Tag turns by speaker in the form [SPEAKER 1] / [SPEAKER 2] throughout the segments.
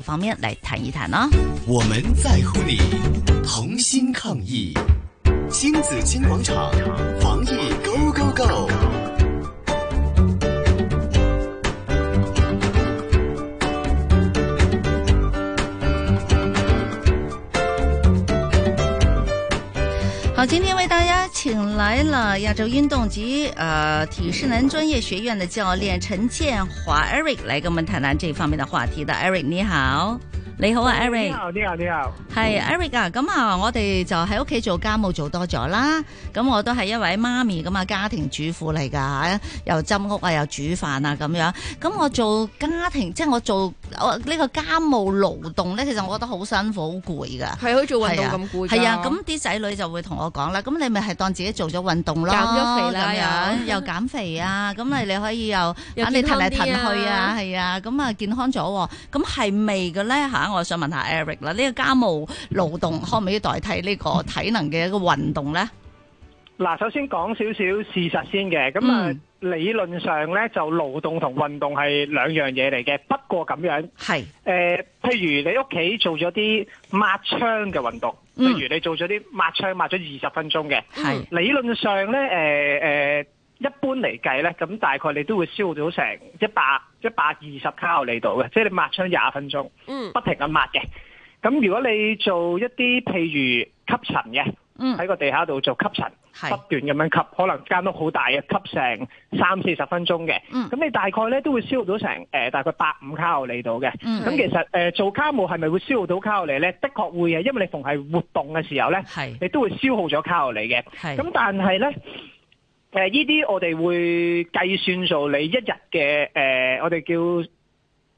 [SPEAKER 1] 方面来谈一谈呢、
[SPEAKER 2] 我们在乎你，同心抗疫。星子金广场，防疫 Go Go Go！
[SPEAKER 1] 好，今天为大家请来了亚洲运动及呃体适能专业学院的教练陈建华 Eric 来跟我们谈谈这方面的话题的。Eric 你好，你好啊 Eric。
[SPEAKER 3] 你好，你好，
[SPEAKER 1] 系 Eric 啊，咁啊，我哋就喺屋企做家務做多咗啦。咁我都係一位媽咪咁啊，家庭主婦嚟㗎，又執屋啊，又煮飯啊咁樣。咁我做家庭，即係我做我呢個家務勞動咧，其實我覺得好辛苦，好攰㗎。
[SPEAKER 4] 係好似做運動咁攰㗎。
[SPEAKER 1] 係啊，咁啲仔女就會同我講啦，咁你咪係當自己做咗運動咯，
[SPEAKER 4] 減咗肥啦
[SPEAKER 1] 咁樣又減肥 啊，咁你你可以又
[SPEAKER 4] 又
[SPEAKER 1] 啊你
[SPEAKER 4] 健
[SPEAKER 1] 騰
[SPEAKER 4] 康
[SPEAKER 1] 嚟
[SPEAKER 4] 啲啊
[SPEAKER 1] 騰去啊，係啊，咁啊健康咗喎，咁係未嘅咧嚇？我想問下 Eric 啦，呢個家務勞動可唔可以代替呢個體能嘅一個運動咧？
[SPEAKER 3] 嗱，首先講少少事實先嘅，咁啊
[SPEAKER 1] 嗯，
[SPEAKER 3] 理論上咧就勞動同運動係兩樣嘢嚟嘅，不過咁樣，
[SPEAKER 1] 係
[SPEAKER 3] 誒，譬如你屋企做咗啲抹窗嘅運動，
[SPEAKER 1] 嗯
[SPEAKER 3] 譬如你做咗啲抹窗抹咗二十分鐘嘅，
[SPEAKER 1] 係
[SPEAKER 3] 理論上咧，誒誒。一般嚟計咧，咁大概你都會消耗到成一百一百二十卡路里度嘅，即係你抹窗廿分鐘，
[SPEAKER 4] 嗯
[SPEAKER 3] 不停咁抹嘅。咁如果你做一啲譬如吸塵嘅，
[SPEAKER 1] 嗯
[SPEAKER 3] 喺個地下度做吸塵，
[SPEAKER 1] 係
[SPEAKER 3] 不斷咁樣吸，可能間屋好大嘅，吸成三四十分鐘嘅。
[SPEAKER 1] 嗯
[SPEAKER 3] 咁你大概咧都會消耗到成誒、呃大概百五卡路里度嘅。
[SPEAKER 1] 嗯
[SPEAKER 3] 咁其實誒、呃做家務係咪會消耗到卡路里咧？的確會啊嘅，因為你逢係活動嘅時候咧，
[SPEAKER 1] 係
[SPEAKER 3] 你都會消耗咗卡路里嘅。
[SPEAKER 1] 係
[SPEAKER 3] 咁但係咧。誒呢啲我哋會計算做你一日嘅誒，我哋叫誒、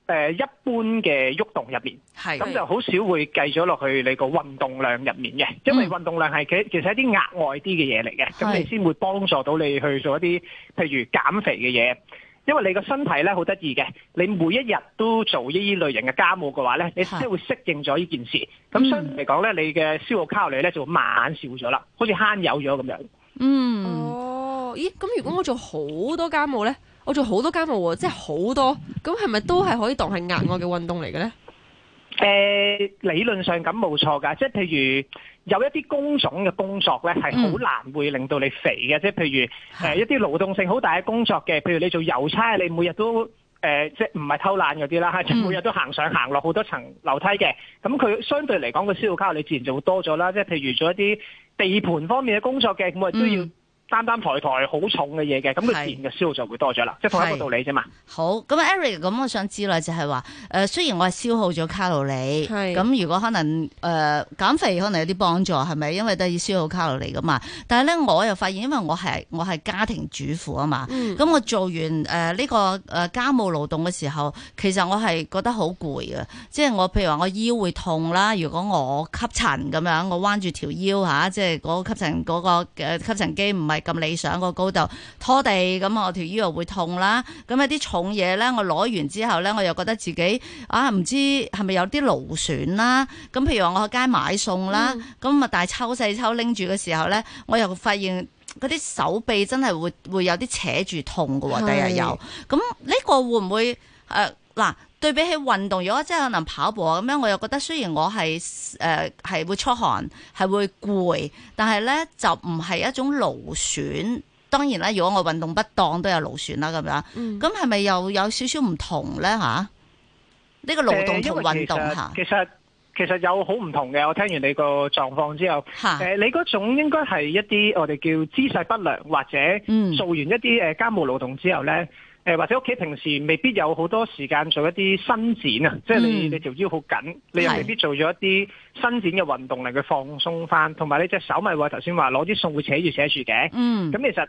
[SPEAKER 3] 呃一般嘅喐動入面。
[SPEAKER 1] 係
[SPEAKER 3] 咁就好少會計咗落去你個運動量入面嘅，因為
[SPEAKER 1] 嗯
[SPEAKER 3] 運動量係其其實一啲額外啲嘅嘢嚟嘅，咁
[SPEAKER 1] 係
[SPEAKER 3] 你先會幫助到你去做一啲譬如減肥嘅嘢。因為你個身體咧好得意嘅，你每一日都做呢啲類型嘅家務嘅話咧，你即
[SPEAKER 1] 係
[SPEAKER 3] 係會適應咗呢件事。
[SPEAKER 1] 嗯
[SPEAKER 3] 咁相對嚟講咧，你嘅消耗卡路里咧就會慢慢少咗啦，好似慳油咗咁樣。
[SPEAKER 1] 嗯
[SPEAKER 4] 哦，咦？咁如果我做好多家務咧，我做好多家務喎，即係好多，咁係咪都係可以當係額外嘅運動嚟嘅咧？
[SPEAKER 3] 誒、呃理論上咁冇錯㗎，即係譬如有一啲工種嘅工作咧係好
[SPEAKER 1] 嗯
[SPEAKER 3] 難會令到你肥嘅，即係譬如呃
[SPEAKER 1] 係
[SPEAKER 3] 誒一啲勞動性好大嘅工作嘅，譬如你做郵差，你每日都誒、呃即係唔係偷懶嗰
[SPEAKER 1] 嗯
[SPEAKER 3] 啲啦，即係每日都行上行落好多層樓梯嘅，咁佢相對嚟講個消耗卡路里自然就會多咗啦。即係譬如做一啲地盤方面嘅工作嘅，每日都要
[SPEAKER 1] 嗯
[SPEAKER 3] 擔擔抬抬好重嘅嘢嘅，咁佢
[SPEAKER 1] 係
[SPEAKER 3] 自然嘅消耗就會多咗啦，即係同一
[SPEAKER 1] 係
[SPEAKER 3] 個道理啫嘛。
[SPEAKER 1] 好，咁啊 Eric，咁我想知啦，就係話，誒、雖然我係消耗咗卡路里，
[SPEAKER 4] 係
[SPEAKER 1] 咁如果可能誒、呃、減肥可能有啲幫助，係咪？因為都要消耗卡路里噶嘛。但係咧，我又發現，因為我係我係家庭主婦啊嘛，
[SPEAKER 4] 嗯
[SPEAKER 1] 咁、我做完誒呃呢、個誒家務勞動嘅時候，其實我係覺得好攰啊。即係我譬如話我腰會痛啦，如果我吸塵咁樣，我彎住條腰嚇、即係嗰個吸塵嗰、個呃吸塵機唔係咁理想個高度，拖地咁我條腰又會痛啦。咁有啲重嘢咧，我攞完之後咧，我又覺得自己啊唔知係咪有啲勞損啦。咁譬如話我去街買餸啦，咁啊大抽細抽拎住嘅時候咧，我又發現。嗰啲手臂真係會會有啲扯住痛嘅喎，第日有
[SPEAKER 4] 係
[SPEAKER 1] 咁呢個會唔會誒嗱、對比起運動，如果真係可能跑步啊咁樣，我又覺得雖然我係誒係會出汗，係會攰，但係咧就唔係一種勞損。當然啦，如果我運動不當都有勞損啦咁樣。
[SPEAKER 4] 嗯
[SPEAKER 1] 咁係咪又有少少唔同咧吓？呢、個勞動同運動吓
[SPEAKER 3] 誒因呃為其實其實其實有好唔同嘅，我聽完你個狀況之後。
[SPEAKER 1] 吓
[SPEAKER 3] 誒、你嗰種應該係一啲我哋叫姿勢不良，或
[SPEAKER 1] 嗯
[SPEAKER 3] 者做完一啲誒家務勞動之後咧，誒、或者屋企平時未必有好多時間做一啲伸展啊，即係你
[SPEAKER 1] 嗯
[SPEAKER 3] 你條腰好緊，你又
[SPEAKER 1] 係
[SPEAKER 3] 未必做咗一啲伸展嘅運動令佢放鬆翻，同埋你隻手咪話頭先話攞啲餸會扯住扯住嘅，
[SPEAKER 1] 嗯
[SPEAKER 3] 咁其實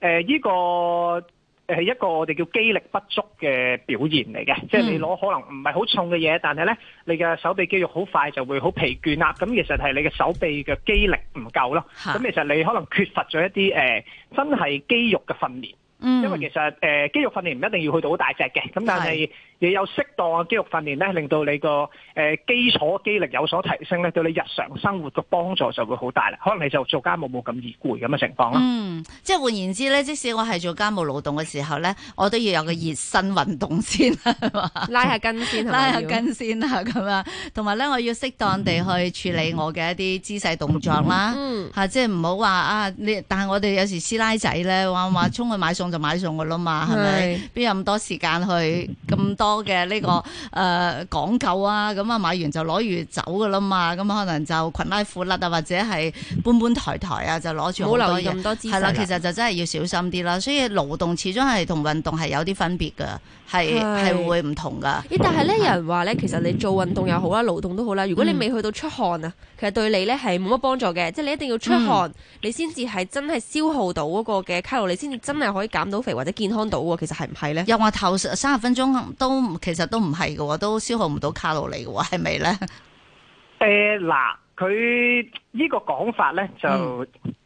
[SPEAKER 3] 誒依、個誒係一個我哋叫肌力不足嘅表現嚟嘅，即係嗯你攞可能唔係好重嘅嘢，但係咧你嘅手臂肌肉好快就會好疲倦啦。咁其實係你嘅手臂嘅肌力唔夠咯。
[SPEAKER 1] 嚇
[SPEAKER 3] 咁其實你可能缺乏咗一啲誒、呃真係肌肉嘅訓練，
[SPEAKER 1] 嗯
[SPEAKER 3] 因為其實誒、呃肌肉訓練唔一定要去到好大隻嘅，咁但係而有適當嘅肌肉訓練咧，令到你個誒、呃基礎肌力有所提升咧，對你日常生活嘅幫助就會好大啦。可能你就做家務冇咁易攰咁嘅情況啦。
[SPEAKER 1] 嗯，即係換言之咧，即使我係做家務勞動嘅時候咧，我都要有個熱身運動先啦，係嘛
[SPEAKER 4] 拉下筋先，係咪
[SPEAKER 1] 啊拉下
[SPEAKER 4] 要。
[SPEAKER 1] 筋啊先啦，咁樣。同埋咧，我要適當地去處理我嘅一啲姿勢動作啦。
[SPEAKER 4] 嗯，
[SPEAKER 1] 吓、即係唔好話啊！你但係我哋有時師奶仔咧，話
[SPEAKER 4] 嗯
[SPEAKER 1] 話衝去買餸就買餸噶啦嘛，係咪？
[SPEAKER 4] 係
[SPEAKER 1] 邊有咁多時間去
[SPEAKER 4] 嗯
[SPEAKER 1] 咁多嘅呢、個誒、呃、講究啊？咁啊買完就攞完走噶啦嘛，咁啊可能就裙拉褲甩啊，或者係搬搬抬抬啊，就攞住好多
[SPEAKER 4] 冇留意
[SPEAKER 1] 嘢。
[SPEAKER 4] 咁多姿勢
[SPEAKER 1] 係啦，其實就真係要小心啲啦。所以勞動始終係同運動係有啲分別噶，係
[SPEAKER 4] 係
[SPEAKER 1] 係會唔同噶。
[SPEAKER 4] 咦，但係咧，有人話咧，其實你做運動又好啦，勞動都好啦，如果你未去到出汗啊，其實對你咧係冇乜幫助嘅，即係你一定要出汗，你先至係真係消耗到嗰個嘅卡路里，先至真係可以減到肥或者健康到喎。其實係唔係咧？
[SPEAKER 1] 又話頭三十分鐘都唔其實都唔係嘅喎，都消耗唔到卡路里嘅喎，係咪咧？
[SPEAKER 3] 誒呃嗱，佢呢個講法咧就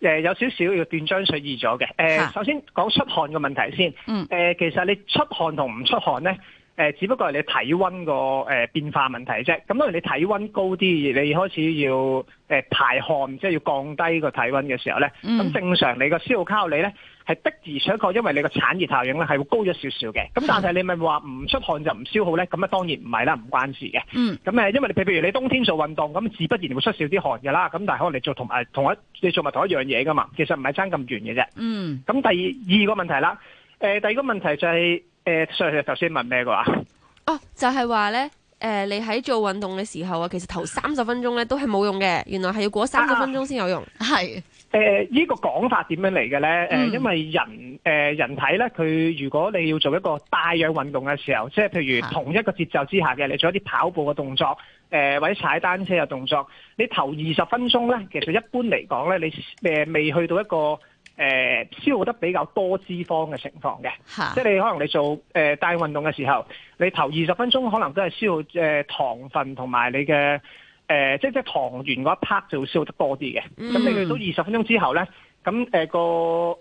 [SPEAKER 3] 誒、有少少要斷章取義咗嘅。誒、
[SPEAKER 1] 嗯嚇
[SPEAKER 3] 首先講出汗嘅問題先。
[SPEAKER 1] 嗯
[SPEAKER 3] 誒、其實你出汗同唔出汗咧，誒、只不過係你體温個誒變化問題啫。咁當然你體温高啲，你開始要誒、排汗，即係要降低個體温嘅時候咧，咁、
[SPEAKER 1] 嗯
[SPEAKER 3] 正常你個消耗卡路里咧係的而且確，因為你個產熱效應咧係會高咗少少嘅。咁但係你咪話唔出汗就唔消耗咧，咁啊當然唔係啦，唔關事嘅。
[SPEAKER 1] 嗯
[SPEAKER 3] 咁誒，因為你譬譬如你冬天做運動，咁自不然會出少啲汗㗎啦。咁但係可能你做同埋同一你做埋同一樣嘢㗎嘛，其實唔係爭咁遠嘅啫。
[SPEAKER 1] 嗯，
[SPEAKER 3] 咁第二個問題啦，誒、第二個問題就係、誒、上頭先問咩嘅話？
[SPEAKER 4] 哦，就係話咧，誒，你喺做運動嘅時候啊，其實
[SPEAKER 1] 嗯
[SPEAKER 4] 頭三十分鐘咧都係冇用嘅，原來係要過
[SPEAKER 1] 啊
[SPEAKER 4] 三十分鐘先有用。
[SPEAKER 1] 係
[SPEAKER 3] 誒、呃呢、個講法點樣嚟嘅咧？誒、
[SPEAKER 1] 嗯
[SPEAKER 3] 因為人誒、人體咧，佢如果你要做一個帶氧運動嘅時候，即係譬如
[SPEAKER 1] 啊
[SPEAKER 3] 同一個節奏之下嘅，你做一啲跑步嘅動作，誒、呃或者踩單車嘅動作，你頭二十分鐘咧，其實一般嚟講咧，你誒、呃未去到一個誒、消耗得比較多脂肪嘅情況嘅。
[SPEAKER 1] 嚇
[SPEAKER 3] 即，係你可能你做誒、呃、帶運動嘅時候，你頭二十分鐘可能都係消耗誒、呃糖分同埋你嘅誒、呃即係即係糖原嗰一 part 就會消耗得多啲嘅。咁、
[SPEAKER 4] 嗯
[SPEAKER 3] 你去到二十分鐘之後咧，咁誒、呃個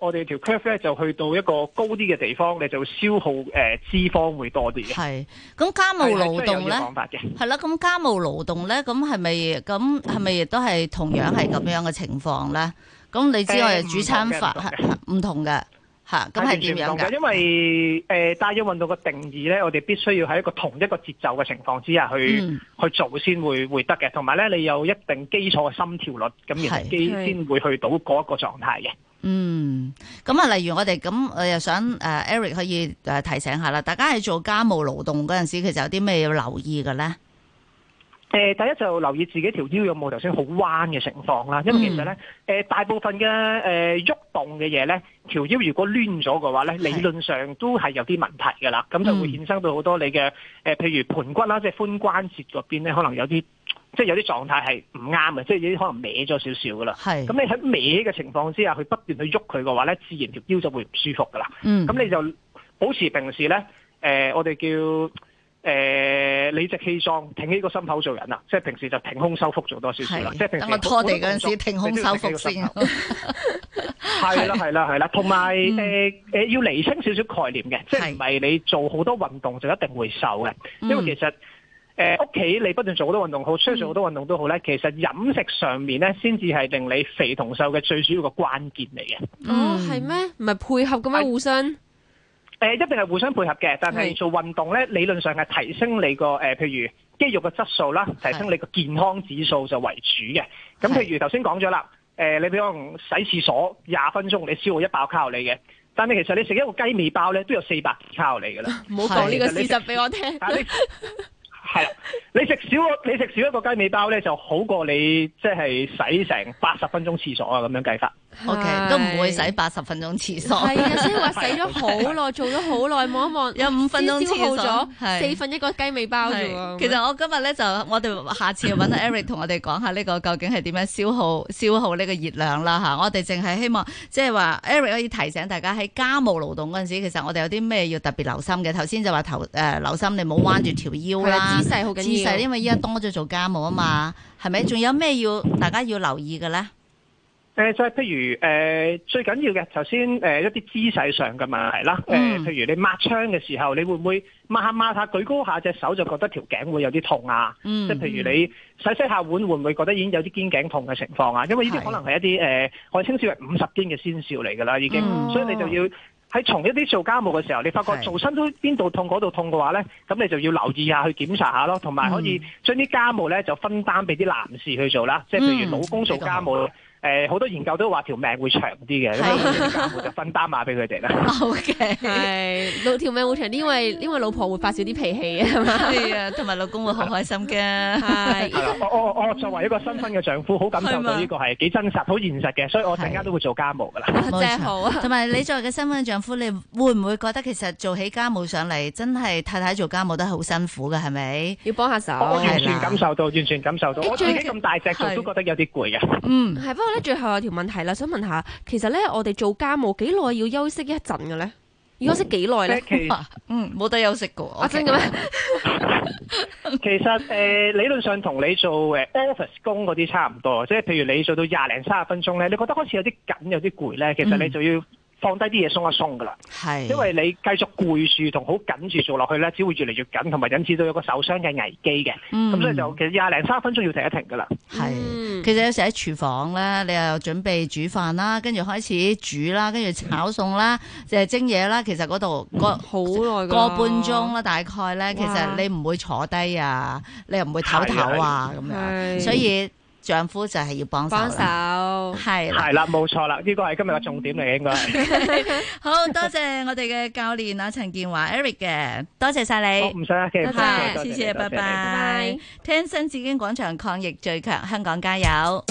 [SPEAKER 3] 我哋條 curve 咧就去到一個高啲嘅地方，你就會消耗誒、呃脂肪會多啲嘅。
[SPEAKER 1] 係咁家務勞
[SPEAKER 3] 係係真係有
[SPEAKER 1] 動
[SPEAKER 3] 呢個
[SPEAKER 1] 咧
[SPEAKER 3] 講，法嘅。
[SPEAKER 1] 係啦，咁家務勞動咧，咁係咪咁係咪亦都係同樣係咁樣嘅情況咧？咁你知我哋煮餐飯
[SPEAKER 3] 誒
[SPEAKER 1] 係
[SPEAKER 3] 唔同嘅
[SPEAKER 1] 唔同嘅嚇，咁係點樣
[SPEAKER 3] 嘅？
[SPEAKER 1] 㗎？
[SPEAKER 3] 因為誒帶氧運動嘅定義咧，我哋必須要喺一個同一個節奏嘅情況之下去、
[SPEAKER 1] 嗯
[SPEAKER 3] 去做先會會得嘅，同埋咧你有一定基礎嘅心跳率，咁然
[SPEAKER 1] 係
[SPEAKER 3] 後基
[SPEAKER 4] 係
[SPEAKER 3] 先會去到嗰一個狀態嘅。
[SPEAKER 1] 嗯，咁啊，例如我哋咁，我又想誒、呃 Eric 可以誒提醒下啦，大家喺做家務勞動嗰陣時，其實有啲咩要留意嘅咧？
[SPEAKER 3] 誒、呃第一就留意自己條腰有冇頭先好彎嘅情況啦，因為其實咧誒、呃大部分嘅誒喐動嘅嘢咧，條腰如果攣咗嘅話咧，理論上都係有啲問題㗎啦，咁就會
[SPEAKER 1] 嗯
[SPEAKER 3] 衍生到好多你嘅誒、呃譬如盤骨啦，即係髖關節嗰邊咧，可能有啲即係有啲狀態係唔啱嘅，即係有啲可能歪咗少少㗎啦。
[SPEAKER 1] 係
[SPEAKER 3] 咁你喺歪嘅情況之下，去不斷去喐佢嘅話咧，自然條腰就會唔舒服噶啦。
[SPEAKER 1] 嗯
[SPEAKER 3] 咁你就保持平時咧，誒、我哋叫誒理直氣壯，挺起個心口做人啊啦。即係平時就挺胸收腹做多少少啦。即係
[SPEAKER 1] 係
[SPEAKER 3] 平時
[SPEAKER 1] 等我拖地嗰陣
[SPEAKER 3] 好多動作
[SPEAKER 1] 時，挺胸收腹先。。
[SPEAKER 3] 係啦，係啦，係啦。同埋
[SPEAKER 1] 嗯
[SPEAKER 3] 誒誒，要釐清少少概念嘅，即係唔係你做好多運動就一定會瘦嘅，
[SPEAKER 1] 嗯
[SPEAKER 3] 因為其實。誒屋企你不斷做好多運動好，出去做好多運動都好咧，其實飲食上面咧先至係令你肥同瘦嘅最主要嘅關鍵嚟嘅。誒、
[SPEAKER 1] 嗯
[SPEAKER 4] 哦，係咩？唔係配合嘅咩？
[SPEAKER 3] 係
[SPEAKER 4] 互相
[SPEAKER 3] 一定係互相配合嘅，但係
[SPEAKER 4] 係
[SPEAKER 3] 做運動咧，理論上係提升你個誒、譬如肌肉嘅質素啦，提升你個健康指數就為主嘅。咁
[SPEAKER 1] 係
[SPEAKER 3] 譬如頭先講咗啦，誒、你譬如可能洗廁所廿分鐘，你消耗一百卡路里嘅，但係其實你食一個雞尾包咧都有四百卡路里㗎啦。
[SPEAKER 4] 唔好講呢個
[SPEAKER 3] 係
[SPEAKER 4] 事實俾我
[SPEAKER 1] 哦
[SPEAKER 4] 聽。
[SPEAKER 3] 但係你係啦，你食少個你食少一個雞尾包咧，就好過你即係洗成八十分鐘廁所啊咁樣計法。
[SPEAKER 1] O K，都唔會洗八十分鐘廁 所，
[SPEAKER 4] 係啊，所以話洗咗好耐，做咗好耐，望 一望，
[SPEAKER 1] 有五分鐘
[SPEAKER 4] 先消
[SPEAKER 1] 廁
[SPEAKER 4] 耗
[SPEAKER 1] 所，
[SPEAKER 4] 咗
[SPEAKER 1] 係
[SPEAKER 4] 四分一個雞尾包啫喎。
[SPEAKER 1] 其實我今日咧就，我哋下次揾阿 Eric 同我哋講下呢個究竟係點樣消耗 消耗呢個熱量啦吓。我哋淨係希望即係話 Eric 可以提醒大家喺家務勞動嗰陣時，其實我哋有啲咩要特別留心嘅。頭先就話頭誒、呃留心你唔好彎住條腰
[SPEAKER 4] 係啊
[SPEAKER 1] 啦，
[SPEAKER 4] 姿勢好緊要
[SPEAKER 1] 姿勢因為依家多咗做家務啊嘛，係咪？仲有咩要大家要留意嘅咧？
[SPEAKER 3] 誒、誒、就係、譬如誒、呃最緊要嘅頭先呃誒一啲姿勢上嘅問題啦，誒、呃
[SPEAKER 1] 嗯
[SPEAKER 3] 譬如你抹槍嘅時候，你會唔會抹下抹下舉高下隻手就覺得條頸會有啲痛啊？
[SPEAKER 1] 嗯
[SPEAKER 3] 即係譬如你洗洗下碗，會唔會覺得已經有啲肩頸痛嘅情況啊？因為呢
[SPEAKER 1] 係
[SPEAKER 3] 啲可能係一啲誒、呃我哋稱之為五十肩嘅先兆嚟㗎啦，已經，
[SPEAKER 1] 嗯
[SPEAKER 3] 所以你就要。喺從一啲做家務嘅時候，你發覺
[SPEAKER 1] 係
[SPEAKER 3] 做身都邊度痛嗰度痛嘅話咧，咁你就要留意下去檢查下咯，同
[SPEAKER 1] 嗯
[SPEAKER 3] 埋可以將啲家務咧就分擔俾啲男士去做啦，即係譬如
[SPEAKER 1] 嗯
[SPEAKER 3] 老公做
[SPEAKER 1] 呢個
[SPEAKER 3] 家務。誒好多研究都話條命會長啲嘅，
[SPEAKER 1] 係
[SPEAKER 3] 咁家務就分擔下俾佢 哋啦。
[SPEAKER 1] O K，
[SPEAKER 4] 係老條命會長啲，因為因為老婆會發少啲脾氣 啊嘛。
[SPEAKER 1] 係啊，同埋老公會好開心 嘅。
[SPEAKER 4] 係
[SPEAKER 3] 係啦，我我我作為一個新婚嘅丈夫，好感受
[SPEAKER 1] 係嘛
[SPEAKER 3] 到呢個係幾真實、好現實嘅，所以我陣
[SPEAKER 1] 係
[SPEAKER 3] 間都會做家務噶啦。
[SPEAKER 1] 冇
[SPEAKER 4] 真係
[SPEAKER 1] 錯
[SPEAKER 4] 好啊！
[SPEAKER 1] 同埋你作為嘅身份嘅丈夫，你會唔會覺得其實做起家務上嚟，真係太太做家務都係好辛苦嘅，係咪？
[SPEAKER 4] 要幫下手。
[SPEAKER 3] 我
[SPEAKER 1] 哦係
[SPEAKER 3] 哦完全感受到，完全感受到，
[SPEAKER 4] 誒
[SPEAKER 3] 我自己
[SPEAKER 4] 最
[SPEAKER 3] 咁大隻做都覺得有啲攰嘅。
[SPEAKER 1] 嗯，
[SPEAKER 4] 係，不過咧最後有條問題啦，想問下，其實咧我哋做家務幾耐要休息一陣嘅咧？要休息幾耐咧？
[SPEAKER 3] 即係其
[SPEAKER 1] 哇嗯，冇得休息噶。我
[SPEAKER 4] 啊真嘅咩？
[SPEAKER 3] 其實誒、呃理論上同你做誒 office 工嗰啲差唔多，即係譬如你做到廿零三十分鐘咧，你覺得開始有啲緊、有啲攰咧，其實你
[SPEAKER 1] 嗯
[SPEAKER 3] 就要放低啲嘢鬆一鬆噶啦。
[SPEAKER 1] 係，
[SPEAKER 3] 因為你繼續攰住同好緊住做落去咧，只會越嚟越緊，同埋引致到有個受傷嘅危機嘅。咁、
[SPEAKER 1] 嗯
[SPEAKER 3] 所以就其實廿零三分鐘要停一停㗎啦。
[SPEAKER 1] 係。
[SPEAKER 4] 嗯
[SPEAKER 1] 其實有時喺廚房咧，你又準備煮飯啦，跟住開始煮啦，跟住炒餸啦，就係蒸嘢啦。其實嗰度個
[SPEAKER 4] 好耐㗎
[SPEAKER 1] 個半鐘。啦，大概咧，其實
[SPEAKER 4] 哇
[SPEAKER 1] 你唔會坐低啊，你又唔會唞唞啊咁樣，
[SPEAKER 4] 係
[SPEAKER 1] 所以丈夫就係要幫手
[SPEAKER 4] 幫
[SPEAKER 1] 啦，
[SPEAKER 4] 手，
[SPEAKER 1] 係啦。
[SPEAKER 3] 係啦，冇錯啦，呢個係今日嘅重點嚟嘅，應該係。
[SPEAKER 1] 好多謝我哋嘅教練啊，陳建華 Eric 嘅，多謝晒
[SPEAKER 3] 好
[SPEAKER 1] 你，
[SPEAKER 3] 唔使客氣，
[SPEAKER 4] 多
[SPEAKER 3] 唔
[SPEAKER 4] 謝
[SPEAKER 3] 該
[SPEAKER 1] 謝嗯
[SPEAKER 3] 多
[SPEAKER 1] 謝
[SPEAKER 3] 謝
[SPEAKER 1] 謝，拜
[SPEAKER 3] 多謝你
[SPEAKER 1] 拜
[SPEAKER 4] 拜拜。
[SPEAKER 1] 聽新紫荊廣場抗疫最強，香港加油！